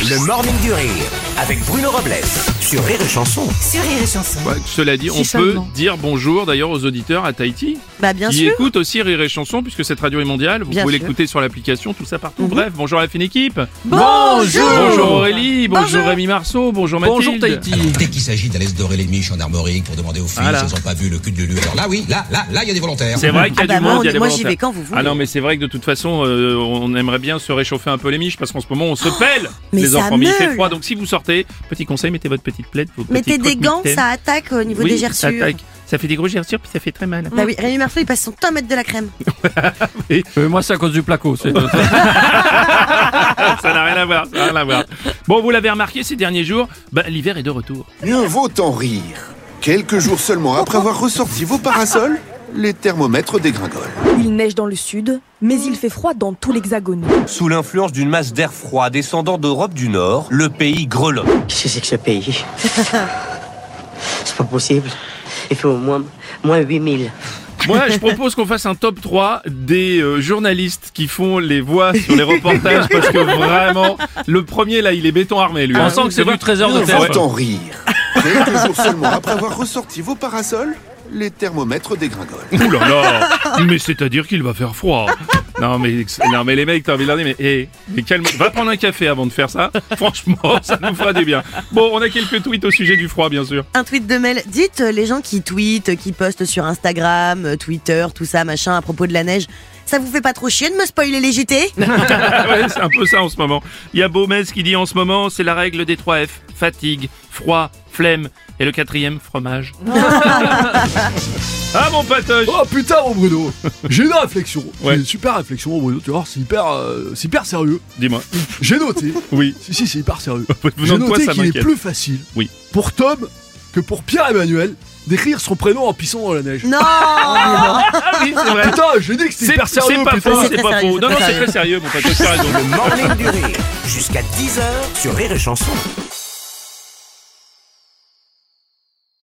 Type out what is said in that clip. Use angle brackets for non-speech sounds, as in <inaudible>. Le Morning du Rire avec Bruno Robles sur Rire et Chanson. Sur Rire et Chanson. Ouais, cela dit, Si on peut seulement. dire bonjour d'ailleurs aux auditeurs à Tahiti Bah bien qui sûr. écoutent aussi Rire et Chanson puisque cette radio est mondiale. Vous Bien pouvez sûr. Mhm. l'écouter sur l'application, tout ça partout. Bref, bonjour à la fine équipe. Bonjour. Bonjour Aurélie, bonjour, Bonjour. Rémi Marceau, bonjour Mathilde. Dès qu'il s'agit d'aller se dorer les miches en armorique pour demander aux filles Voilà. si elles n'ont pas vu le cul de Lulu, alors là, oui, là, là, là, il y a des volontaires. C'est vrai qu'il y a Ah bah du moi, monde, on- il y a des moi, j'y volontaires. vais quand vous voulez. Ah non, mais c'est vrai que de toute façon, euh, on aimerait bien se réchauffer un peu les miches parce qu'en ce moment, on se pèle Ah, mais les ça enfants. mais il fait meule. froid, donc si vous sortez, petit conseil, mettez votre petite plaide. vos petits Mettez des trucs gants, mitaines. ça attaque au niveau Oui, des ça, gerçures. attaque. ça fait des grosses gerçures puis ça fait très mal. Bah oui, Rémi Marceau, il passe son temps à mettre de la crème. Euh, moi, c'est à cause du placo. c'est- ça n'a rien à voir, ça n'a rien à voir. Bon, vous l'avez remarqué ces derniers jours, bah, l'hiver est de retour. Mieux vaut en rire. Quelques jours seulement après avoir ressorti vos parasols, les thermomètres dégringolent. Il neige dans le sud, mais il fait froid dans tout l'hexagone. Sous l'influence d'une masse d'air froid descendant d'Europe du Nord, le pays grelotte. Qu'est-ce que c'est que ce pays C'est pas possible. Il fait au moins, moins 8000. Moi, je propose qu'on fasse un top 3 des euh, journalistes qui font les voix sur les reportages parce que vraiment, le premier là, il est béton armé lui. hein. On sent que c'est du trésor de Mieux terre. vaut en rire. Quelques jours seulement après avoir ressorti vos parasols, les thermomètres dégringolent. Ouh là là Mais c'est-à-dire qu'il va faire froid non mais, non mais les mecs, t'as envie de leur dire, mais, hé, mais calme, va prendre un café avant de faire ça. Franchement, ça nous fera du bien. Bon, on a quelques tweets au sujet du froid, bien sûr. Un tweet de Mel. Dites euh, les gens qui tweetent, euh, qui postent sur Instagram, euh, Twitter, tout ça, machin, à propos de la neige. Ça vous fait pas trop chier de me spoiler les JT <laughs> Ah ouais, c'est un peu ça en ce moment. Il y a Baumez qui dit en ce moment, c'est la règle des 3 F. Fatigue, froid, flemme. Et le quatrième, fromage. ah mon patoche Oh putain mon Bruno J'ai une réflexion, J'ai Ouais. une super réflexion mon Bruno, tu vois, c'est hyper, euh, c'est hyper sérieux. Dis-moi. J'ai noté, <laughs> Oui. si si c'est hyper sérieux, Venant j'ai de toi, noté ça qu'il est m'inquiète. plus facile Oui. pour Tom que pour Pierre-Emmanuel d'écrire son prénom en pissant dans la neige. Non Ah oui, c'est <laughs> vrai. Putain, j'ai dit que c'était C'est hyper sérieux, c'est pas putain. faux, C'est c'est très pas sérieux, faux. c'est Non, non, très c'est très sérieux, mon patoche, t'as raison. Le Morning du Rire jusqu'à 10h sur Rire et Chanson.